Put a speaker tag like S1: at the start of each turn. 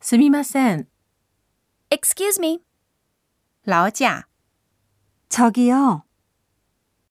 S1: すみません。
S2: Excuse me.
S1: 老贾。
S3: 저기요.